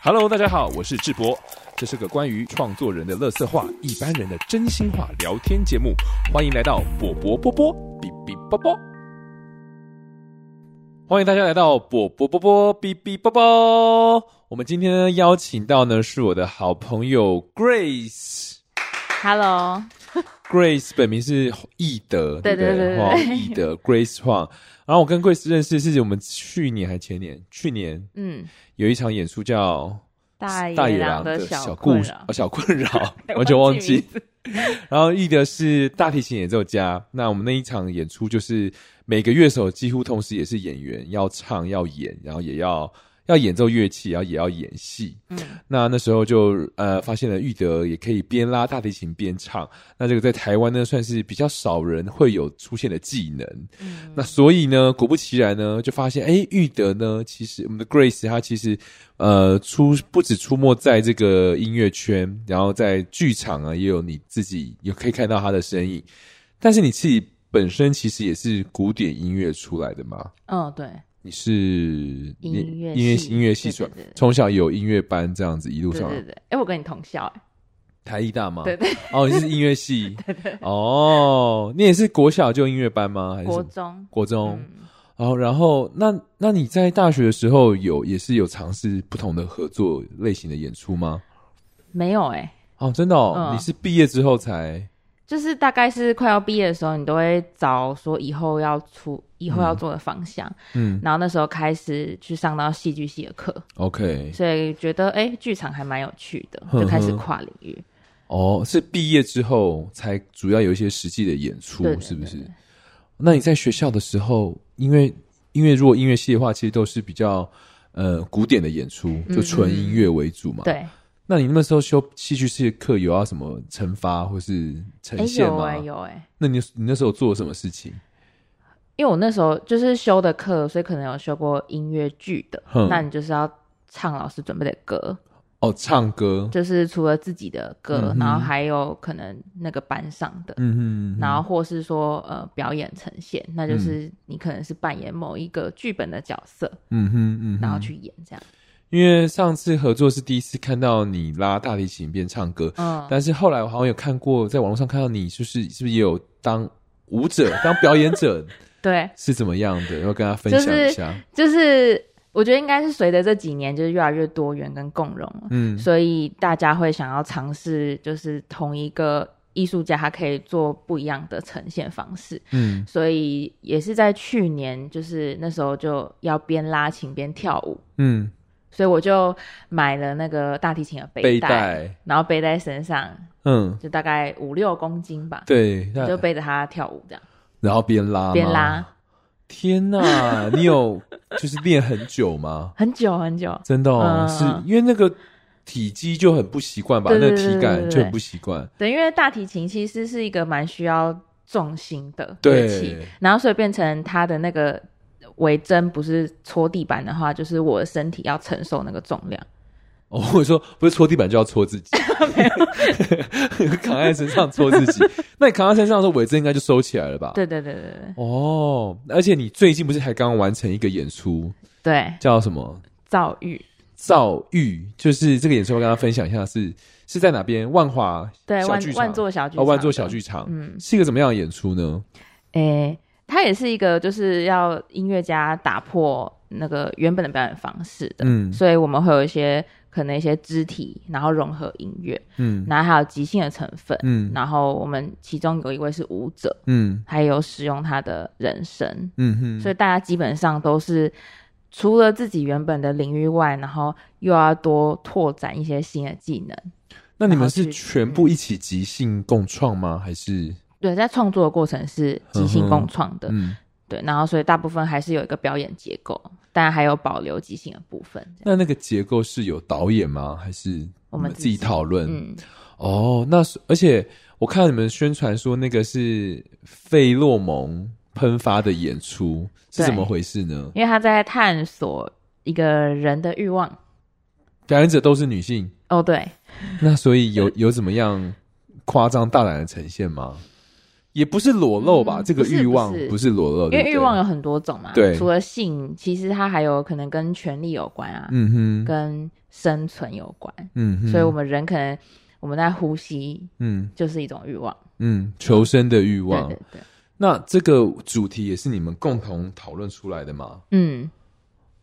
Hello，大家好，我是智博，这是个关于创作人的乐色话、一般人的真心话聊天节目，欢迎来到波波波波比比波波。欢迎大家来到波波波波哔哔波波。我们今天呢邀请到呢是我的好朋友 Grace。 Hello， Grace 本名是易德，对不对对对哈对易德 Grace 晃。然后我跟 Grace 认识是我们去年还前年，去年嗯，有一场演出叫大《大野野狼狼的小啊故困事》扰，哦，小困扰 完全忘记名。字然后易德是大提琴演奏家，那我们那一场演出就是每个乐手几乎同时也是演员，要唱要演，然后也要要演奏乐器，然后也要演戏。嗯那那时候就呃发现了玉德也可以边拉大提琴边唱，那这个在台湾呢算是比较少人会有出现的技能。嗯那所以呢，果不其然呢，就发现哎，玉德呢，其实我们的 Grace 她其实呃出不止出没在这个音乐圈，然后在剧场啊也有你自己也可以看到她的身影，但是你自己本身其实也是古典音乐出来的嘛。嗯，对，你是音音乐音乐系音乐系对出来对对，从小有音乐班这样子一路对上来对对，哎，我跟你同校，哎，台艺大吗？对对，哦，你是音乐 系，哦，你也是国小就音乐班吗？还是什国么中，国中？嗯，哦，然后那那你在大学的时候有也是有尝试不同的合作类型的演出吗？没有，哎，哦，真的哦，嗯你是毕业之后才就是大概是快要毕业的时候，你都会找说以后要出以后要做的方向，嗯然后那时候开始去上到戏剧系的课， ，OK，所以觉得哎，剧场还蛮有趣的，哼就开始哼跨领域，哦，是毕业之后才主要有一些实际的演出，对对是不对是？那你在学校的时候，因为因为如果音乐系的话，其实都是比较呃古典的演出，就纯音乐为主嘛。。嗯对，那你那时候修戏剧系的课有要什么惩罚或是哎呈现有吗？哎有哎。那你你那时候做了什么事情？因为我那时候就是修的课，所以可能有修过音乐剧的哼，那你就是要唱老师准备的歌，哦，唱歌。就是除了自己的歌，嗯哼然后还有可能那个班上的，嗯哼嗯哼，然后或是说呃表演呈现，那就是你可能是扮演某一个剧本的角色，嗯哼嗯哼，然后去演这样，因为上次合作是第一次看到你拉大提琴边唱歌，嗯，但是后来我好像有看过，在网络上看到你就是是不是也有当舞者、当表演者对，是怎么样的？要跟他分享一下。就是我觉得应该是随着这几年就是越来越多元跟共融了，嗯所以大家会想要尝试，就是同一个艺术家，他可以做不一样的呈现方式。嗯所以也是在去年，就是那时候就要边拉琴边跳舞，嗯，所以我就买了那个大提琴的背带，带，然后背在身上，嗯，就大概五六公斤吧，对，我那就背着它跳舞这样，然后边拉吗边拉。天 哪，你有就是练很久吗？很久很久。真的哦，嗯是因为那个体积就很不习惯吧？对那对个对体对感对就很对不习惯。对，因为大提琴其实是一个蛮需要重心的对乐器，然后所以变成它的那个尾针不是戳地板的话，就是我的身体要承受那个重量。哦，我说不是戳地板就要戳 自己， 扛在身上戳自 己。那你扛在身上的时候，尾针应该就收起来了吧？。对对对对对哦，而且你最近不是还刚完成一个演出，对，叫什么躁郁。 《造遇》？就是这个演出，我跟大家分享一下是，是在哪边？万华对，小万剧场万座小剧哦，场，万座小剧场、嗯，是一个怎么样的演出呢？诶，它也是一个就是要音乐家打破那个原本的表演方式的，嗯所以我们会有一些可能一些肢体，然后融合音乐，嗯然后还有即兴的成分。嗯然后我们其中有一位是舞者，嗯还有使用他的人声，嗯哼，所以大家基本上都是除了自己原本的领域外，然后又要多拓展一些新的技能。那你然后们是去全部一起即兴共创嗯吗？还是对，在创作的过程是即兴共创的，嗯？对，然后所以大部分还是有一个表演结构，当然还有保留即兴的部分。这样那那个结构是有导演吗？还是我们你自自己己讨论？嗯，哦，那是而且我看你们宣传说那个是费洛蒙喷发的演出，是对怎么回事呢？因为他在探索一个人的欲望。表演者都是女性， 哦，对，那所以有有怎么样夸张大胆的呈现吗？也不是裸露吧？嗯这个不是欲望不是不是裸露，因为哦对不对欲望有很多种嘛，对除了性，其实它还有可能跟权力有关啊，嗯哼，跟生存有关，嗯哼，所以我们人可能我们在呼吸嗯就是一种欲望，嗯求生的欲对望对。对，那这个主题也是你们共同讨论出来的吗？嗯，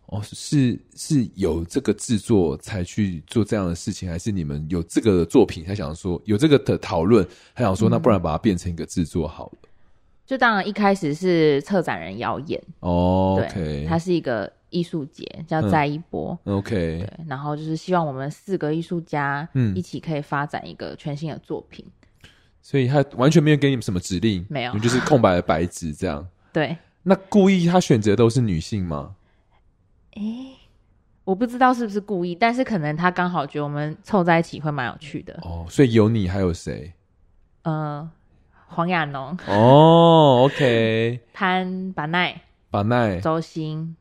哦，是是有这个制作才去做这样的事情，还是你们有这个作品才想说有这个的讨论，还想说那嗯不然把它变成一个制作好了？就当然一开始是策展人姚演，哦对，OK，它是一个艺术节叫嗯在一波。 OK，对，然后就是希望我们四个艺术家，嗯一起可以发展一个全新的作品。所以他完全没有给你们什么指令，没有你们就是空白的白纸这样。对，那故意他选择都是女性吗？诶，我不知道是不是故意，但是可能他刚好觉得我们凑在一起会蛮有趣的。哦，所以有你还有谁？呃，黄亚农、哦，OK，潘巴奈、把奈周星、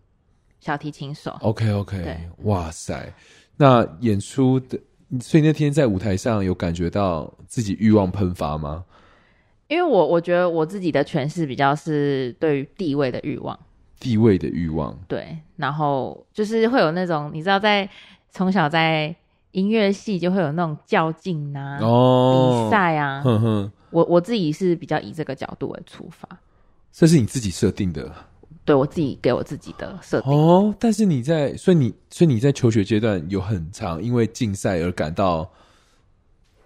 小提琴手， ，OK OK，对哇塞，那演出的，所以那天在舞台上有感觉到自己欲望喷发吗？因为我我觉得我自己的诠释比较是对于地位的欲望，地位的欲望，对，然后就是会有那种你知道在从小在音乐系就会有那种较劲呐、哦，比，赛啊，哼哼，我我自己是比较以这个角度为出发，这是你自己设定的对我自己给我自己的设定，哦。但是你在，所以你，所以你在求学阶段有很长因为竞赛而感到，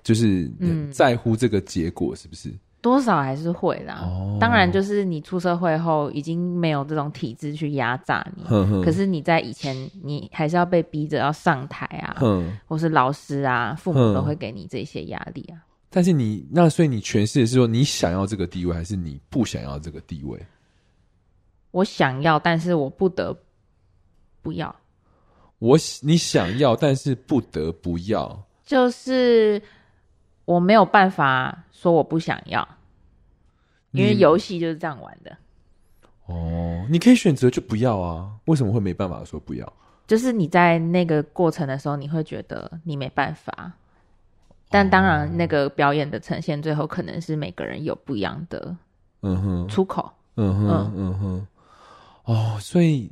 就是嗯在乎这个结果，是不是？多少还是会啦。哦当然，就是你出社会后已经没有这种体制去压榨你，哼哼，可是你在以前你还是要被逼着要上台啊，哼。或是老师啊、父母嗯都会给你这些压力啊。但是你那，所以你诠释的是说，你想要这个地位，还是你不想要这个地位？我想要，但是我不得不要，我喜你想要，但是不得不要。就是我没有办法说我不想要，因为你游戏就是这样玩的。哦，你可以选择就不要啊，为什么会没办法说不要？就是你在那个过程的时候，你会觉得你没办法。但当哦然，那个表演的呈现最后可能是每个人有不一样的嗯哼，出口。嗯哼嗯，嗯哼，哦，所以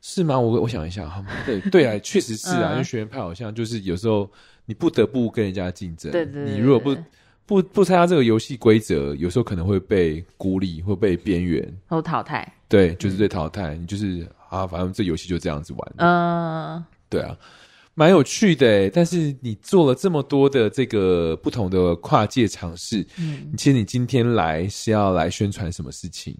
是吗？我我想一下哈，对 对啊，确实是啊，嗯因为学院派好像就是有时候你不得不跟人家竞争，对对对你如果对不不不参加这个游戏规则，有时候可能会被孤立，会被边缘，都淘汰。对，就是被淘汰，你就是啊，反正这游戏就这样子玩，嗯、对啊，蛮有趣的诶。但是你做了这么多的这个不同的跨界尝试，嗯，其实你今天来是要来宣传什么事情？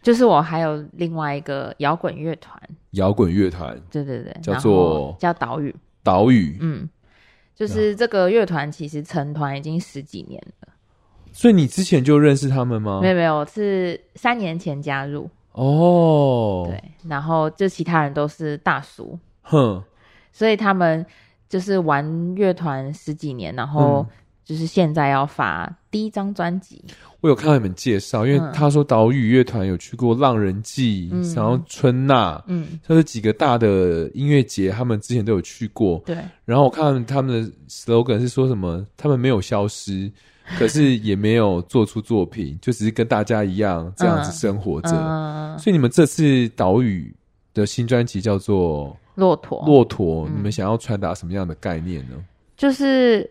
就是我还有另外一个摇滚乐团，摇滚乐团对对对，叫然后做叫岛屿。岛屿，嗯，就是这个乐团其实成团已经十几年了，所以你之前就认识他们吗没？有没有，是三年前加入。哦，对，，然后就其他人都是大叔，哼，所以他们就是玩乐团十几年，然后嗯就是现在要发第一张专辑，我有看到你们介绍，因为嗯他说岛屿乐团有去过浪人祭，嗯然后春娜。嗯，像是几个大的音乐节，他们之前都有去过。对，然后我看他们的 slogan 是说什么，他们没有消 失，可是也没有做出作品，就只是跟大家一样这样子生活着。嗯，所以你们这次岛屿的新专辑叫做骆《驼，骆驼》，嗯你们想要传达什么样的概念呢？就是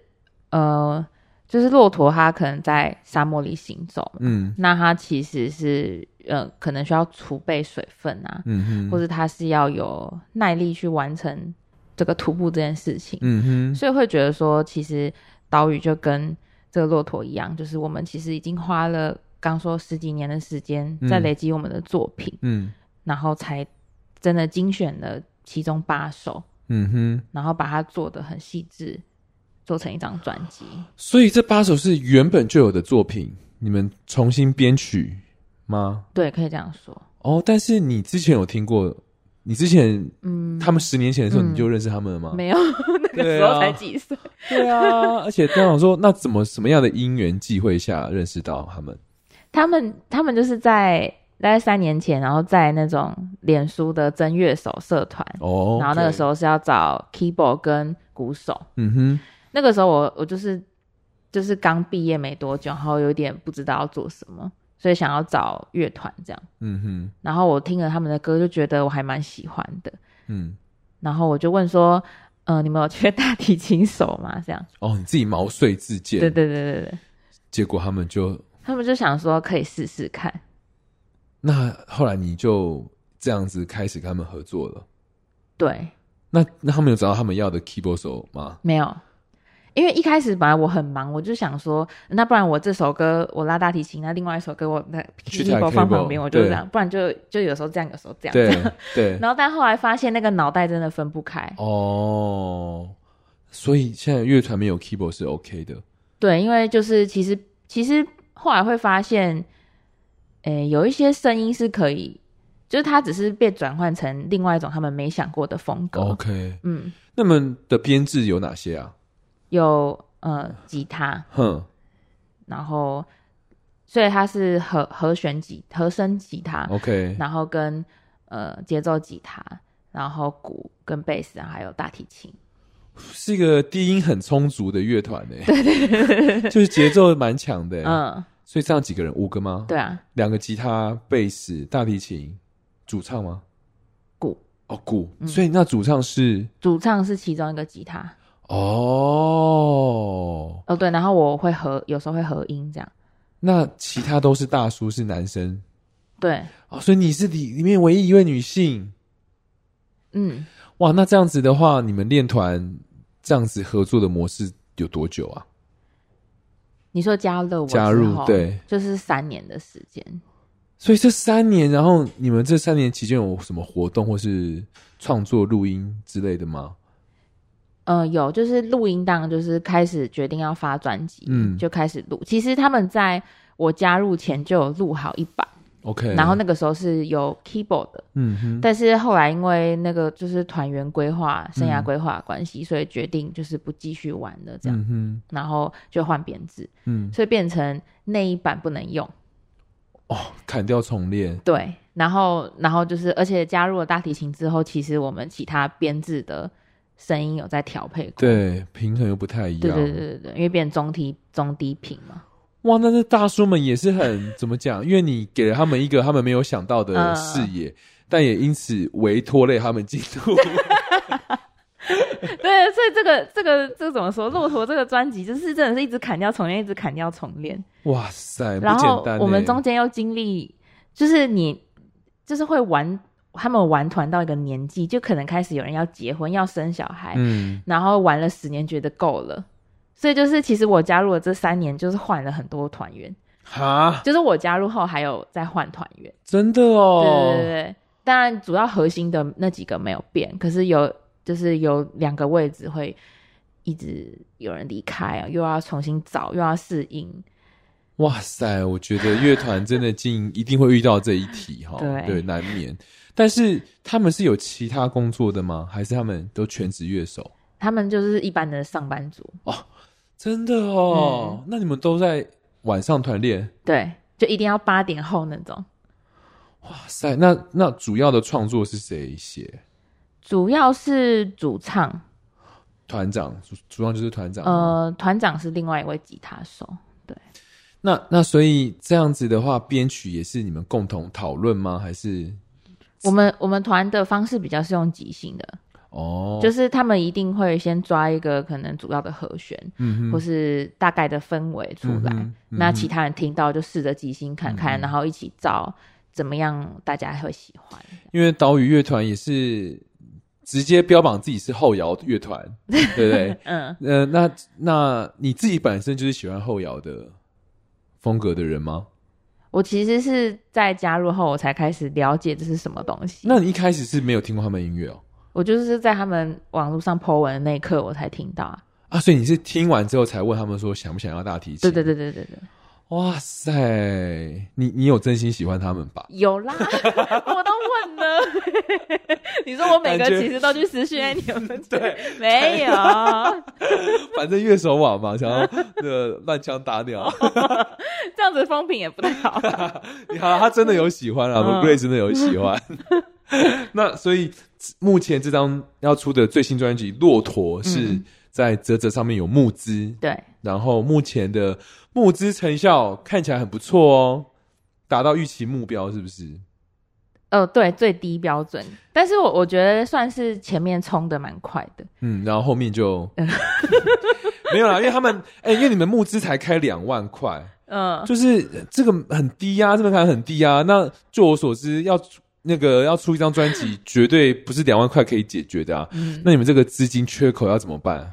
呃，就是骆驼，它可能在沙漠里行走嘛，嗯那它其实是呃，可能需要储备水分啊，嗯或哼，者它是要有耐力去完成这个徒步这件事情，嗯哼，所以会觉得说，其实岛屿就跟这个骆驼一样，就是我们其实已经花了刚说十几年的时间嗯在累积我们的作品，嗯然后才真的精选了其中八首，嗯哼。然后把它做的很细致，做成一张专辑。所以这八首是原本就有的作品，你们重新编曲吗？对，可以这样说。哦，但是你之前有听过，你之前嗯，他们十年前的时候嗯你就认识他们了吗？没有 那个对时候啊才几岁，对 啊，而且刚想说，那怎么什么样的因缘际会下认识到他们？他们他们就是在大概三年前，然后在那种脸书的真乐手社团。哦，然后那个时候，候是要找 keyboard 跟鼓手，嗯哼，那个时候我我就是就是刚毕业没多久，然后有点不知道要做什么，所以想要找乐团这样。嗯哼，然后我听了他们的歌，就觉得我还蛮喜欢的。嗯，然后我就问说：“呃，你们有缺大提琴手吗？”这样，哦，你自己毛遂自荐， 对对对对对，结果他们就他们就想说呃可以试试看。那后来你就这样子开始跟他们合作了。对，那那他们有找到他们要的 keyboard 手吗？没有，因为一开始本来我很忙，我就想说，呃那不然我这首歌我拉大提琴，那另外一首歌我那去 keyboard 弹放 keyboard，旁边，我就对这样，不然就就有时候这样，有时候这样。对 对，然后但后来发现那个脑袋真的分不开，哦，所以现在乐团没有 keyboard 是 OK 的。对，因为就是其实其实后来会发现，诶，有一些声音是可以，就是它只是被转换成另外一种他们没想过的风格。 OK，嗯，那么的编制有哪些啊？有呃吉他，哼，然后所以它是和和弦吉和声吉他，哦 OK，然后跟呃节奏吉他，然后鼓跟贝斯，然后还有大提琴。是一个低音很充足的乐团 呢。对对对， 就是节奏蛮强的。嗯，嗯，所以这样几个人五个吗？，对啊，两个吉他、贝斯、大提琴，主唱吗？鼓哦，鼓。嗯所以那主唱是主唱是其中一个吉他。哦，哦，对，然后我会合，有时候会合音这样。那其他都是大叔，是男生对，哦，所以你是里里面唯一一位女性。嗯，哇，那这样子的话，你们练团这样子合作的模式有多久啊？你说加入我之加入后，对，就是三年的时间。所以这三年，然后你们这三年期间有什么活动或是创作、录音之类的吗？呃，有就是录音档，就是开始决定要发专辑，嗯就开始录。其实他们在我加入前就有录好一版， ？OK，然后那个时候是有 keyboard 的，嗯哼，但是后来因为那个就是团员规划、生涯规划的关系，所以决定就是不继续玩了这样，嗯哼，然后就换编制，嗯，所以变成那一版不能用。哦，砍掉重练，对，然后然后就是，而且加入了大提琴之后，其实我们其他编制的声音有在调配过。对，平衡又不太一样。对对对对对，因为变中低中低频嘛。 哇，那这大叔们也是很怎么讲？因为你给了他们一个他们没有想到的嗯视野，但也因此为拖累他们进 度。对，所以这个这个这个怎么说？骆驼这个专辑就是真的是一直砍掉重练，一直砍掉重练。哇塞，不然后简单欸。我们中间又经历，就是你就是会玩，他们玩团到一个年纪，就可能开始有人要结婚要生小孩，嗯，然后玩了十年觉得够了，所以就是其实我加入了这三年，就是换了很多团员，哈，就是我加入后还有再换团员，真的对哦，对对对，当然主要核心的那几个没有变，可是有就是有两个位置会一直有人离开啊，又要重新找，又要适应，哇塞，我觉得乐团真的进一定会遇到这一题哈，对对，难免。但是他们是有其他工作的吗？还是他们都全职乐手？他们就是一般的上班族。真的哦，嗯那你们都在晚上团练？对，就一定要八点后那种。哇塞，那那主要的创作是谁写？主要是主唱，团长，主主要就是团长吗。呃，团长是另外一位吉他手。那那所以这样子的话，编曲也是你们共同讨论吗？还是我们我们团的方式比较是用即兴的，哦，就是他们一定会先抓一个可能主要的和弦，嗯或是大概的氛围出来，嗯哼那其他人听到就试着即兴看看，然后一起照怎么样大家会喜欢。因为岛屿乐团也是直接标榜自己是后摇乐 团，对不对？嗯，呃，那那你自己本身就是喜欢后摇的风格的人吗？我其实是在加入后我才开始了解这是什么东西。那你一开始是没有听过他们音乐哦，我就是在他们网络上 po 文的那一刻我才听到啊。啊，所以你是听完之后才问他们说想不想要大提琴？对对，对对对对，哇塞，你你有真心喜欢他们吧？有 啦，我都问了。 你说我每个感觉其实都去私讯哎你有 没有？对，没有，反正乐手网嘛，想要呃乱枪打鸟。这样子风评也不太好。你 好，他真的有喜欢啊，我嗯们 Grace 真的有喜欢。 那所以目前这张要出的最新专辑《骆驼》是嗯在泽泽上面有募资，对，然后目前的募资成效看起来很不错哦，达到预期目标是不是？哦，对，最低标准。但是我我觉得算是前面冲的蛮快的，嗯，然后后面就 没有啦，因为他们哎、因为你们募资才开两万块，嗯，就是这个很低呀、这门槛很低呀、啊那据我所知，要出那个要出一张专辑，绝对不是两万块可以解决的啊。嗯那你们这个资金缺口要怎么办？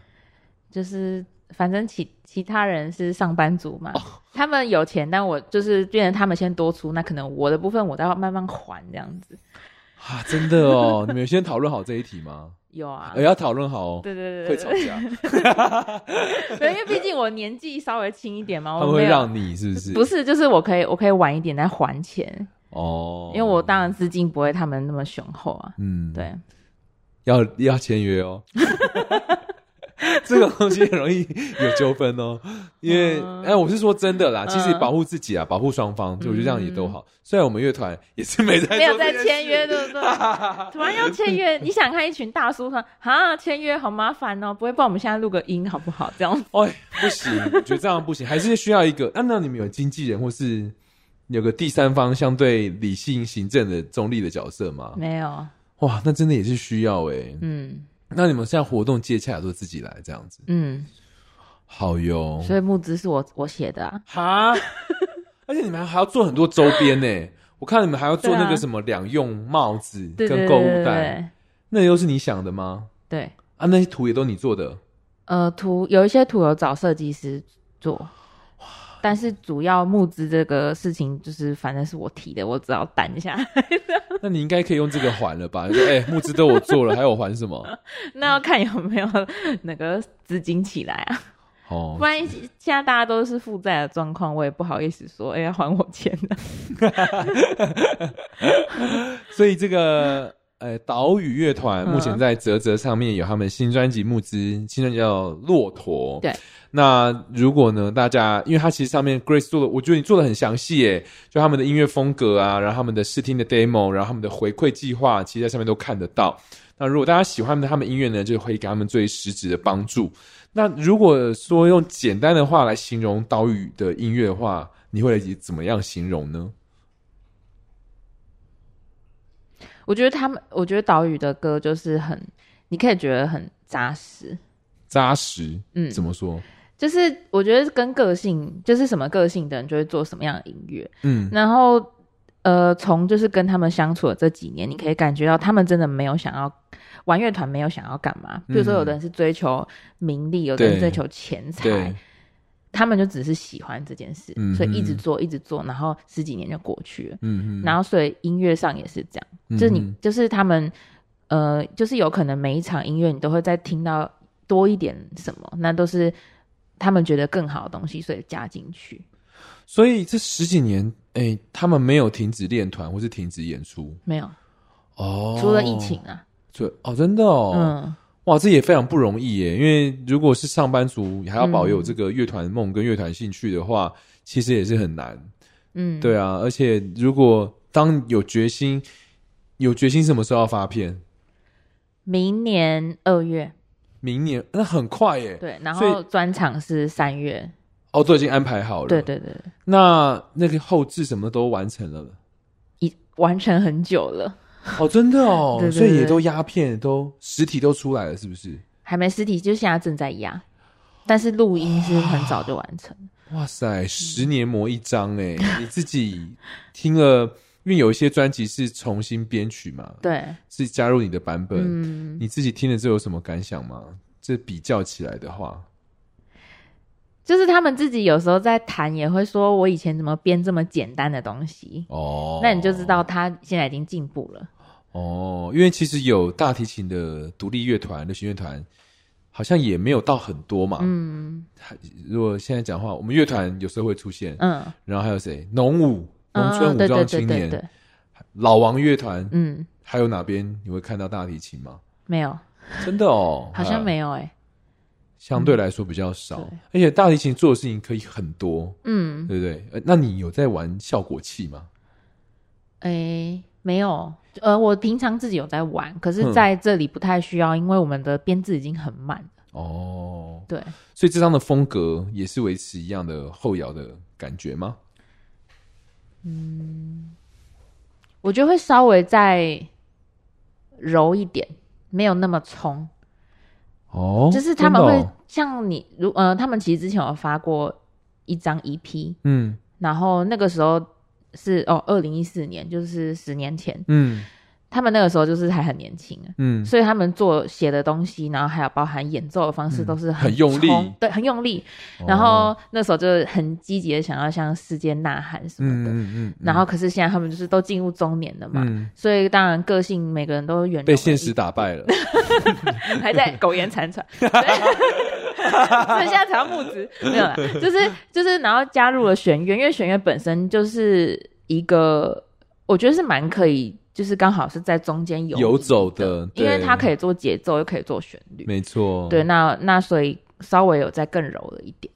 就是反正其其他人是上班族嘛，哦他们有钱，但我就是变成他们先多出，那可能我的部分我都要慢慢还这样子。啊，真的 哦，你们有先讨论好这一题吗？有啊，呃，要讨论好哦，对对会对吵对架，对，对因为毕竟我年纪稍微轻一 点嘛，他我们没会有让你是不是？不是，就是我可以我可以晚一点再还钱，哦，因为我当然资金不会他们那么雄厚啊。嗯，对，要要签约哦。 这个东西很容易有纠纷哦，因为哎、嗯我是说真的啦，其实嗯保护自己啊，保护双方，就我觉得这样也都好。虽然我们乐团也是没在没有做这件在签约， 事，对不对？突然要 签约，你想看一群大叔说啊签约好麻烦哦，不会帮我们现在录个音好不好？这样哎，不行，我觉得这样不行，还是需要一个。啊、那你们有经纪人或是有个第三方相对理性行政的中立的角色吗？没有，哇，那真的也是需要哎、嗯那你们现在活动接洽也都自己来这样子，嗯，好哟。所以募资是我我写的啊，哈，而且你们还要做很多周边呢、我看你们还要做那对个啊什么两用帽子对对跟对购对物对袋，那又是你想的吗？对对，啊，那些图也都你做的，呃，图有一些图有找设计师做。但是主要募资这个事情，就是反正是我提的，我只要担一下。 那你应该可以用这个还了吧？就说哎、募资都我做了，还有还什么？那要看有没有那个资金起来啊，哦不，然现在大家都是负债的状况，我也不好意思说，哎、要还我钱的。所以这个呃岛屿乐团嗯目前在泽泽上面有他们新专辑募资，新专辑叫《骆驼》。对，那如果呢，大家因为它其实上面 Grace 做的，我觉得你做的很详细耶，就他们的音乐风格啊，然后他们的试听的 demo，然后他们的回馈计划，其实在上面都看得到。那如果大家喜欢的他们音乐呢，就会给他们最实质的帮助。那如果说用简单的话来形容岛屿的音乐的话，你会怎么样形容呢？我觉得他们，我觉得岛屿的歌就是很，你可以觉得很扎实，扎实，嗯怎么说？就是我觉得跟个性，就是什么个性的人就会做什么样的音乐。嗯，然后，呃，从就是跟他们相处的这几年，你可以感觉到他们真的没有想要玩乐团，没有想要干嘛。比如说，嗯有的人是追求名利，有的人对追求钱财对，，他们就只是喜欢这件事，嗯哼所以一直做，一直做，然后十几年就过去了。嗯然后，所以音乐上也是这样。嗯就是你嗯，就是他们，呃，就是有可能每一场音乐你都会再听到多一点什么，那都是他们觉得更好的东西，所以加进去。所以这十几年，哎、他们没有停止练团或是停止演出没有，哦，除了疫情，啊，对哦，真的哦，嗯，哇，这也非常不容易耶，因为如果是上班族，还要保有这个乐团梦跟乐团兴趣的话，其实也是很难，嗯，对啊，而且如果当有决心，有决心什么时候要发片？明年二月，明年那很快耶，对，然所后以专场是三月，哦，都已经安排好了。对，对对，对那那个后置什么都完成了，已完成很久了， 哦，真的哦，对对所以也对都鸦片都实体都出来了，是不是？还没实体，就现在正在压，但是录音是很早就完成，哇塞，十年磨一张哎、 你自己听了，因为有一些专辑是重新编曲嘛，对，是加入你的版本，嗯，你自己听了之后有什么感想吗？这比较起来的话，就是他们自己有时候在谈，也会说我以前怎么编这么简单的东西，哦，那你就知道他现在已经进步了。哦，因为其实有大提琴的独立乐团、流行乐团，好像也没有到很多嘛。嗯如果现在讲话，我们乐团有时候会出现，嗯，然后还有谁？农舞、农嗯村武对对装对青对年、对，老王乐团，嗯，还有哪边你会看到大提琴吗？没有，真的哦， 好像啊，没有哎、相对来说比较少对，而且大提琴做的事情可以很多，嗯，对不对？呃那你有在玩效果器吗？哎、没有。呃，我平常自己有在玩，可嗯是在这里不太需要，因为我们的编制已经很满了。哦，对，所以这张的风格也是维持一样的后摇的感觉吗？我觉得会稍微再柔一点，没有那么冲。哦，就是他们真会的哦像你，如呃，他们其实之前有发过一张 EP，嗯然后那个时候是哦，二零一四年，就是十年前，嗯他们那个时候就是还很年轻啊，嗯，所以他们做写的东西，然后还有包含演奏的方式，嗯都是很用力哦冲对，很用力。然后那时候就是很积极的想要向世界呐喊什嗯么嗯的。嗯嗯，然后可是现在他们就是都进入中年了嘛，嗯所以当然个性每个人都远被现实打败了， 还在苟延 残喘，对所以现在才要募资，没有啦，就是就是，然后加入了弦乐，因为弦乐本身就是一个，我觉得是蛮可以，就是刚好是在中间游游走的，的，因为它可以，以做节奏，又可以做旋律，没错，对，那那所以稍微有再更柔了一点，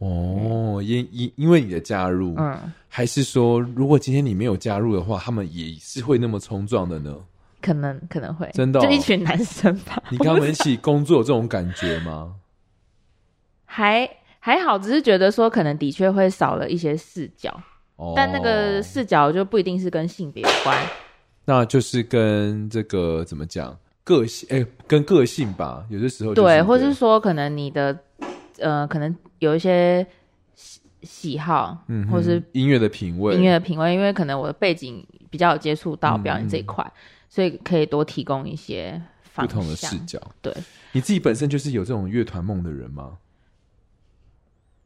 哦，因因因为你的加入，嗯，还是说如果今天你没有加入的话，他们也是会那么冲撞的 呢？可能可能会真的哦就一群男生吧， 你跟他们一起工作有这种感觉吗？还还好，只是觉得说可能的确会少了一些视角，哦， 但那个视角就不一定是跟性别有关。那就是跟这个怎么讲个性，哎、跟个性吧，有的时候就是对，或是说可能你的呃，可能有一些喜喜好，嗯哼，或是音乐的品味，音乐的品味，因为可能我的背景比较有接触到嗯表演这一块，所以可以多提供一些不方向。同的视角。对，你自己本身就是有这种乐团梦的人吗？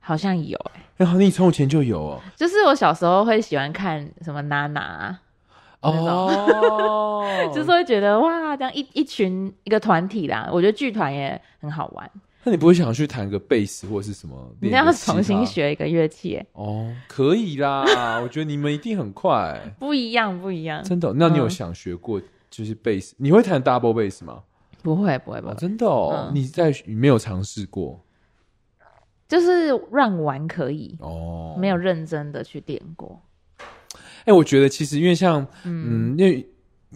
好像有、欸，哎、好，你从以前就有哦。就是我小时候会喜欢看什么娜娜、啊，，哦 就是会觉得哇，这样一一群一个团体啦，我觉得剧团也很好玩。那你不会想去弹个贝斯或是什么？你练那要个吉他重新学一个乐器、欸，哦，可以啦，我觉得你们一定很快，不一样，不一样，真的哦。那你有嗯想学过就是贝斯？你会弹 double bass 吗？不会，不会，不哦会，，真的哦，嗯你在你没有尝试过就是乱玩可以，哦，没有认真的去练过。哎、我觉得其实因为像，嗯，因为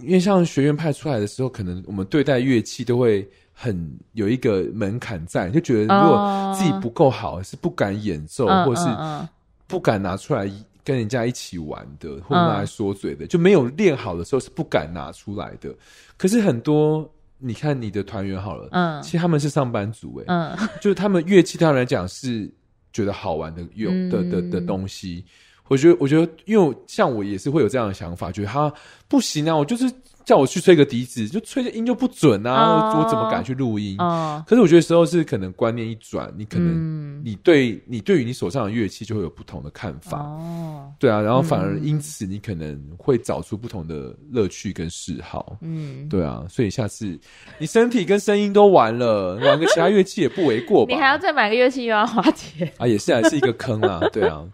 因为像学院派出来的时候，可能我们对待乐器都会很有一个门槛在，就觉得如果自己不够好，是不敢演奏，哦嗯哦或是嗯不敢拿出来跟人家一起玩的，或嗯拿来说嘴的，就没有练好的时候是不敢拿出来的。可是很多，你看你的团员好了，嗯其实他们是上班族、哎、嗯嗯就是他们乐器对他们来讲是觉得好玩的用嗯的的的东西。我觉得，我觉得，因为我像我也是会有这样的想法，觉得他不行啊，我就是叫我去吹个笛子，就吹的音就不准啊，哦我我怎么敢去录音？哦，可是我觉得时候是可能观念一转，你嗯可能嗯你对你对于你手上的乐器就会有不同的看法，哦，对啊，然后反而嗯因此你可能会找出不同的乐趣跟嗜好，嗯，对啊，所以下次你身体跟声音都玩了，玩个其他乐器也不为过吧？你还要再买个乐器又要花钱，啊，也是还是一个坑 啦，对啊。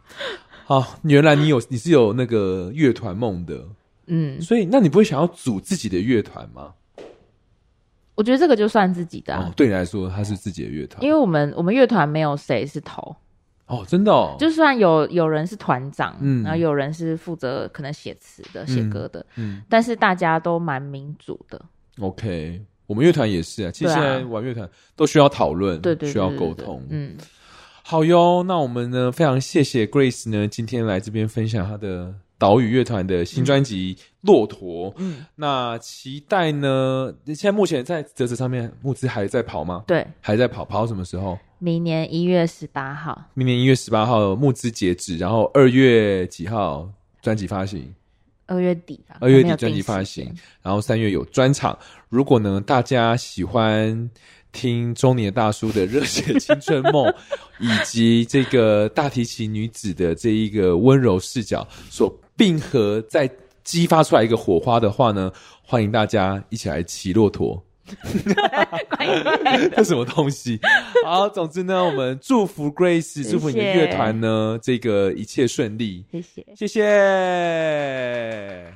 好，原来你有你是有那个乐团梦的，嗯，所以那你不会想要组自己的乐团吗？我觉得这个就算自己的啊、哦，对你来说它是自己的乐团，因为为我们我们乐团没有谁是头，哦，真的哦，就算有有人是团长，嗯然后有人是负责可能写词的、写歌的，嗯但是大家都蛮民主的， ，OK，我们乐团也是啊，其实对啊现在玩乐团都需要讨论，对对嗯对需要对沟对通，嗯，好哟，那我们呢非常谢谢 Grace 呢，今天来这边分享她的岛屿乐团的新专辑《骆驼》。嗯，那期待呢？现在目前在折子上面募资还在跑吗？对，还在跑，跑到什么时候？明年一月十八号，明年一月十八号募资截止，然后二月几号专辑发行，二月底啊，二月还没底有专辑定时发间行，然后三月有专场。如果呢大家喜欢听中年大叔的《热血青春梦》， 以及这个大提琴女子的这一个温柔视角所并合，再激发出来一个火花的话呢，欢迎大家一起来骑骆驼。 这什么东西？好，总之呢，我们祝福 Grace，谢祝福你的乐团呢，这个一切顺利，谢谢。谢谢。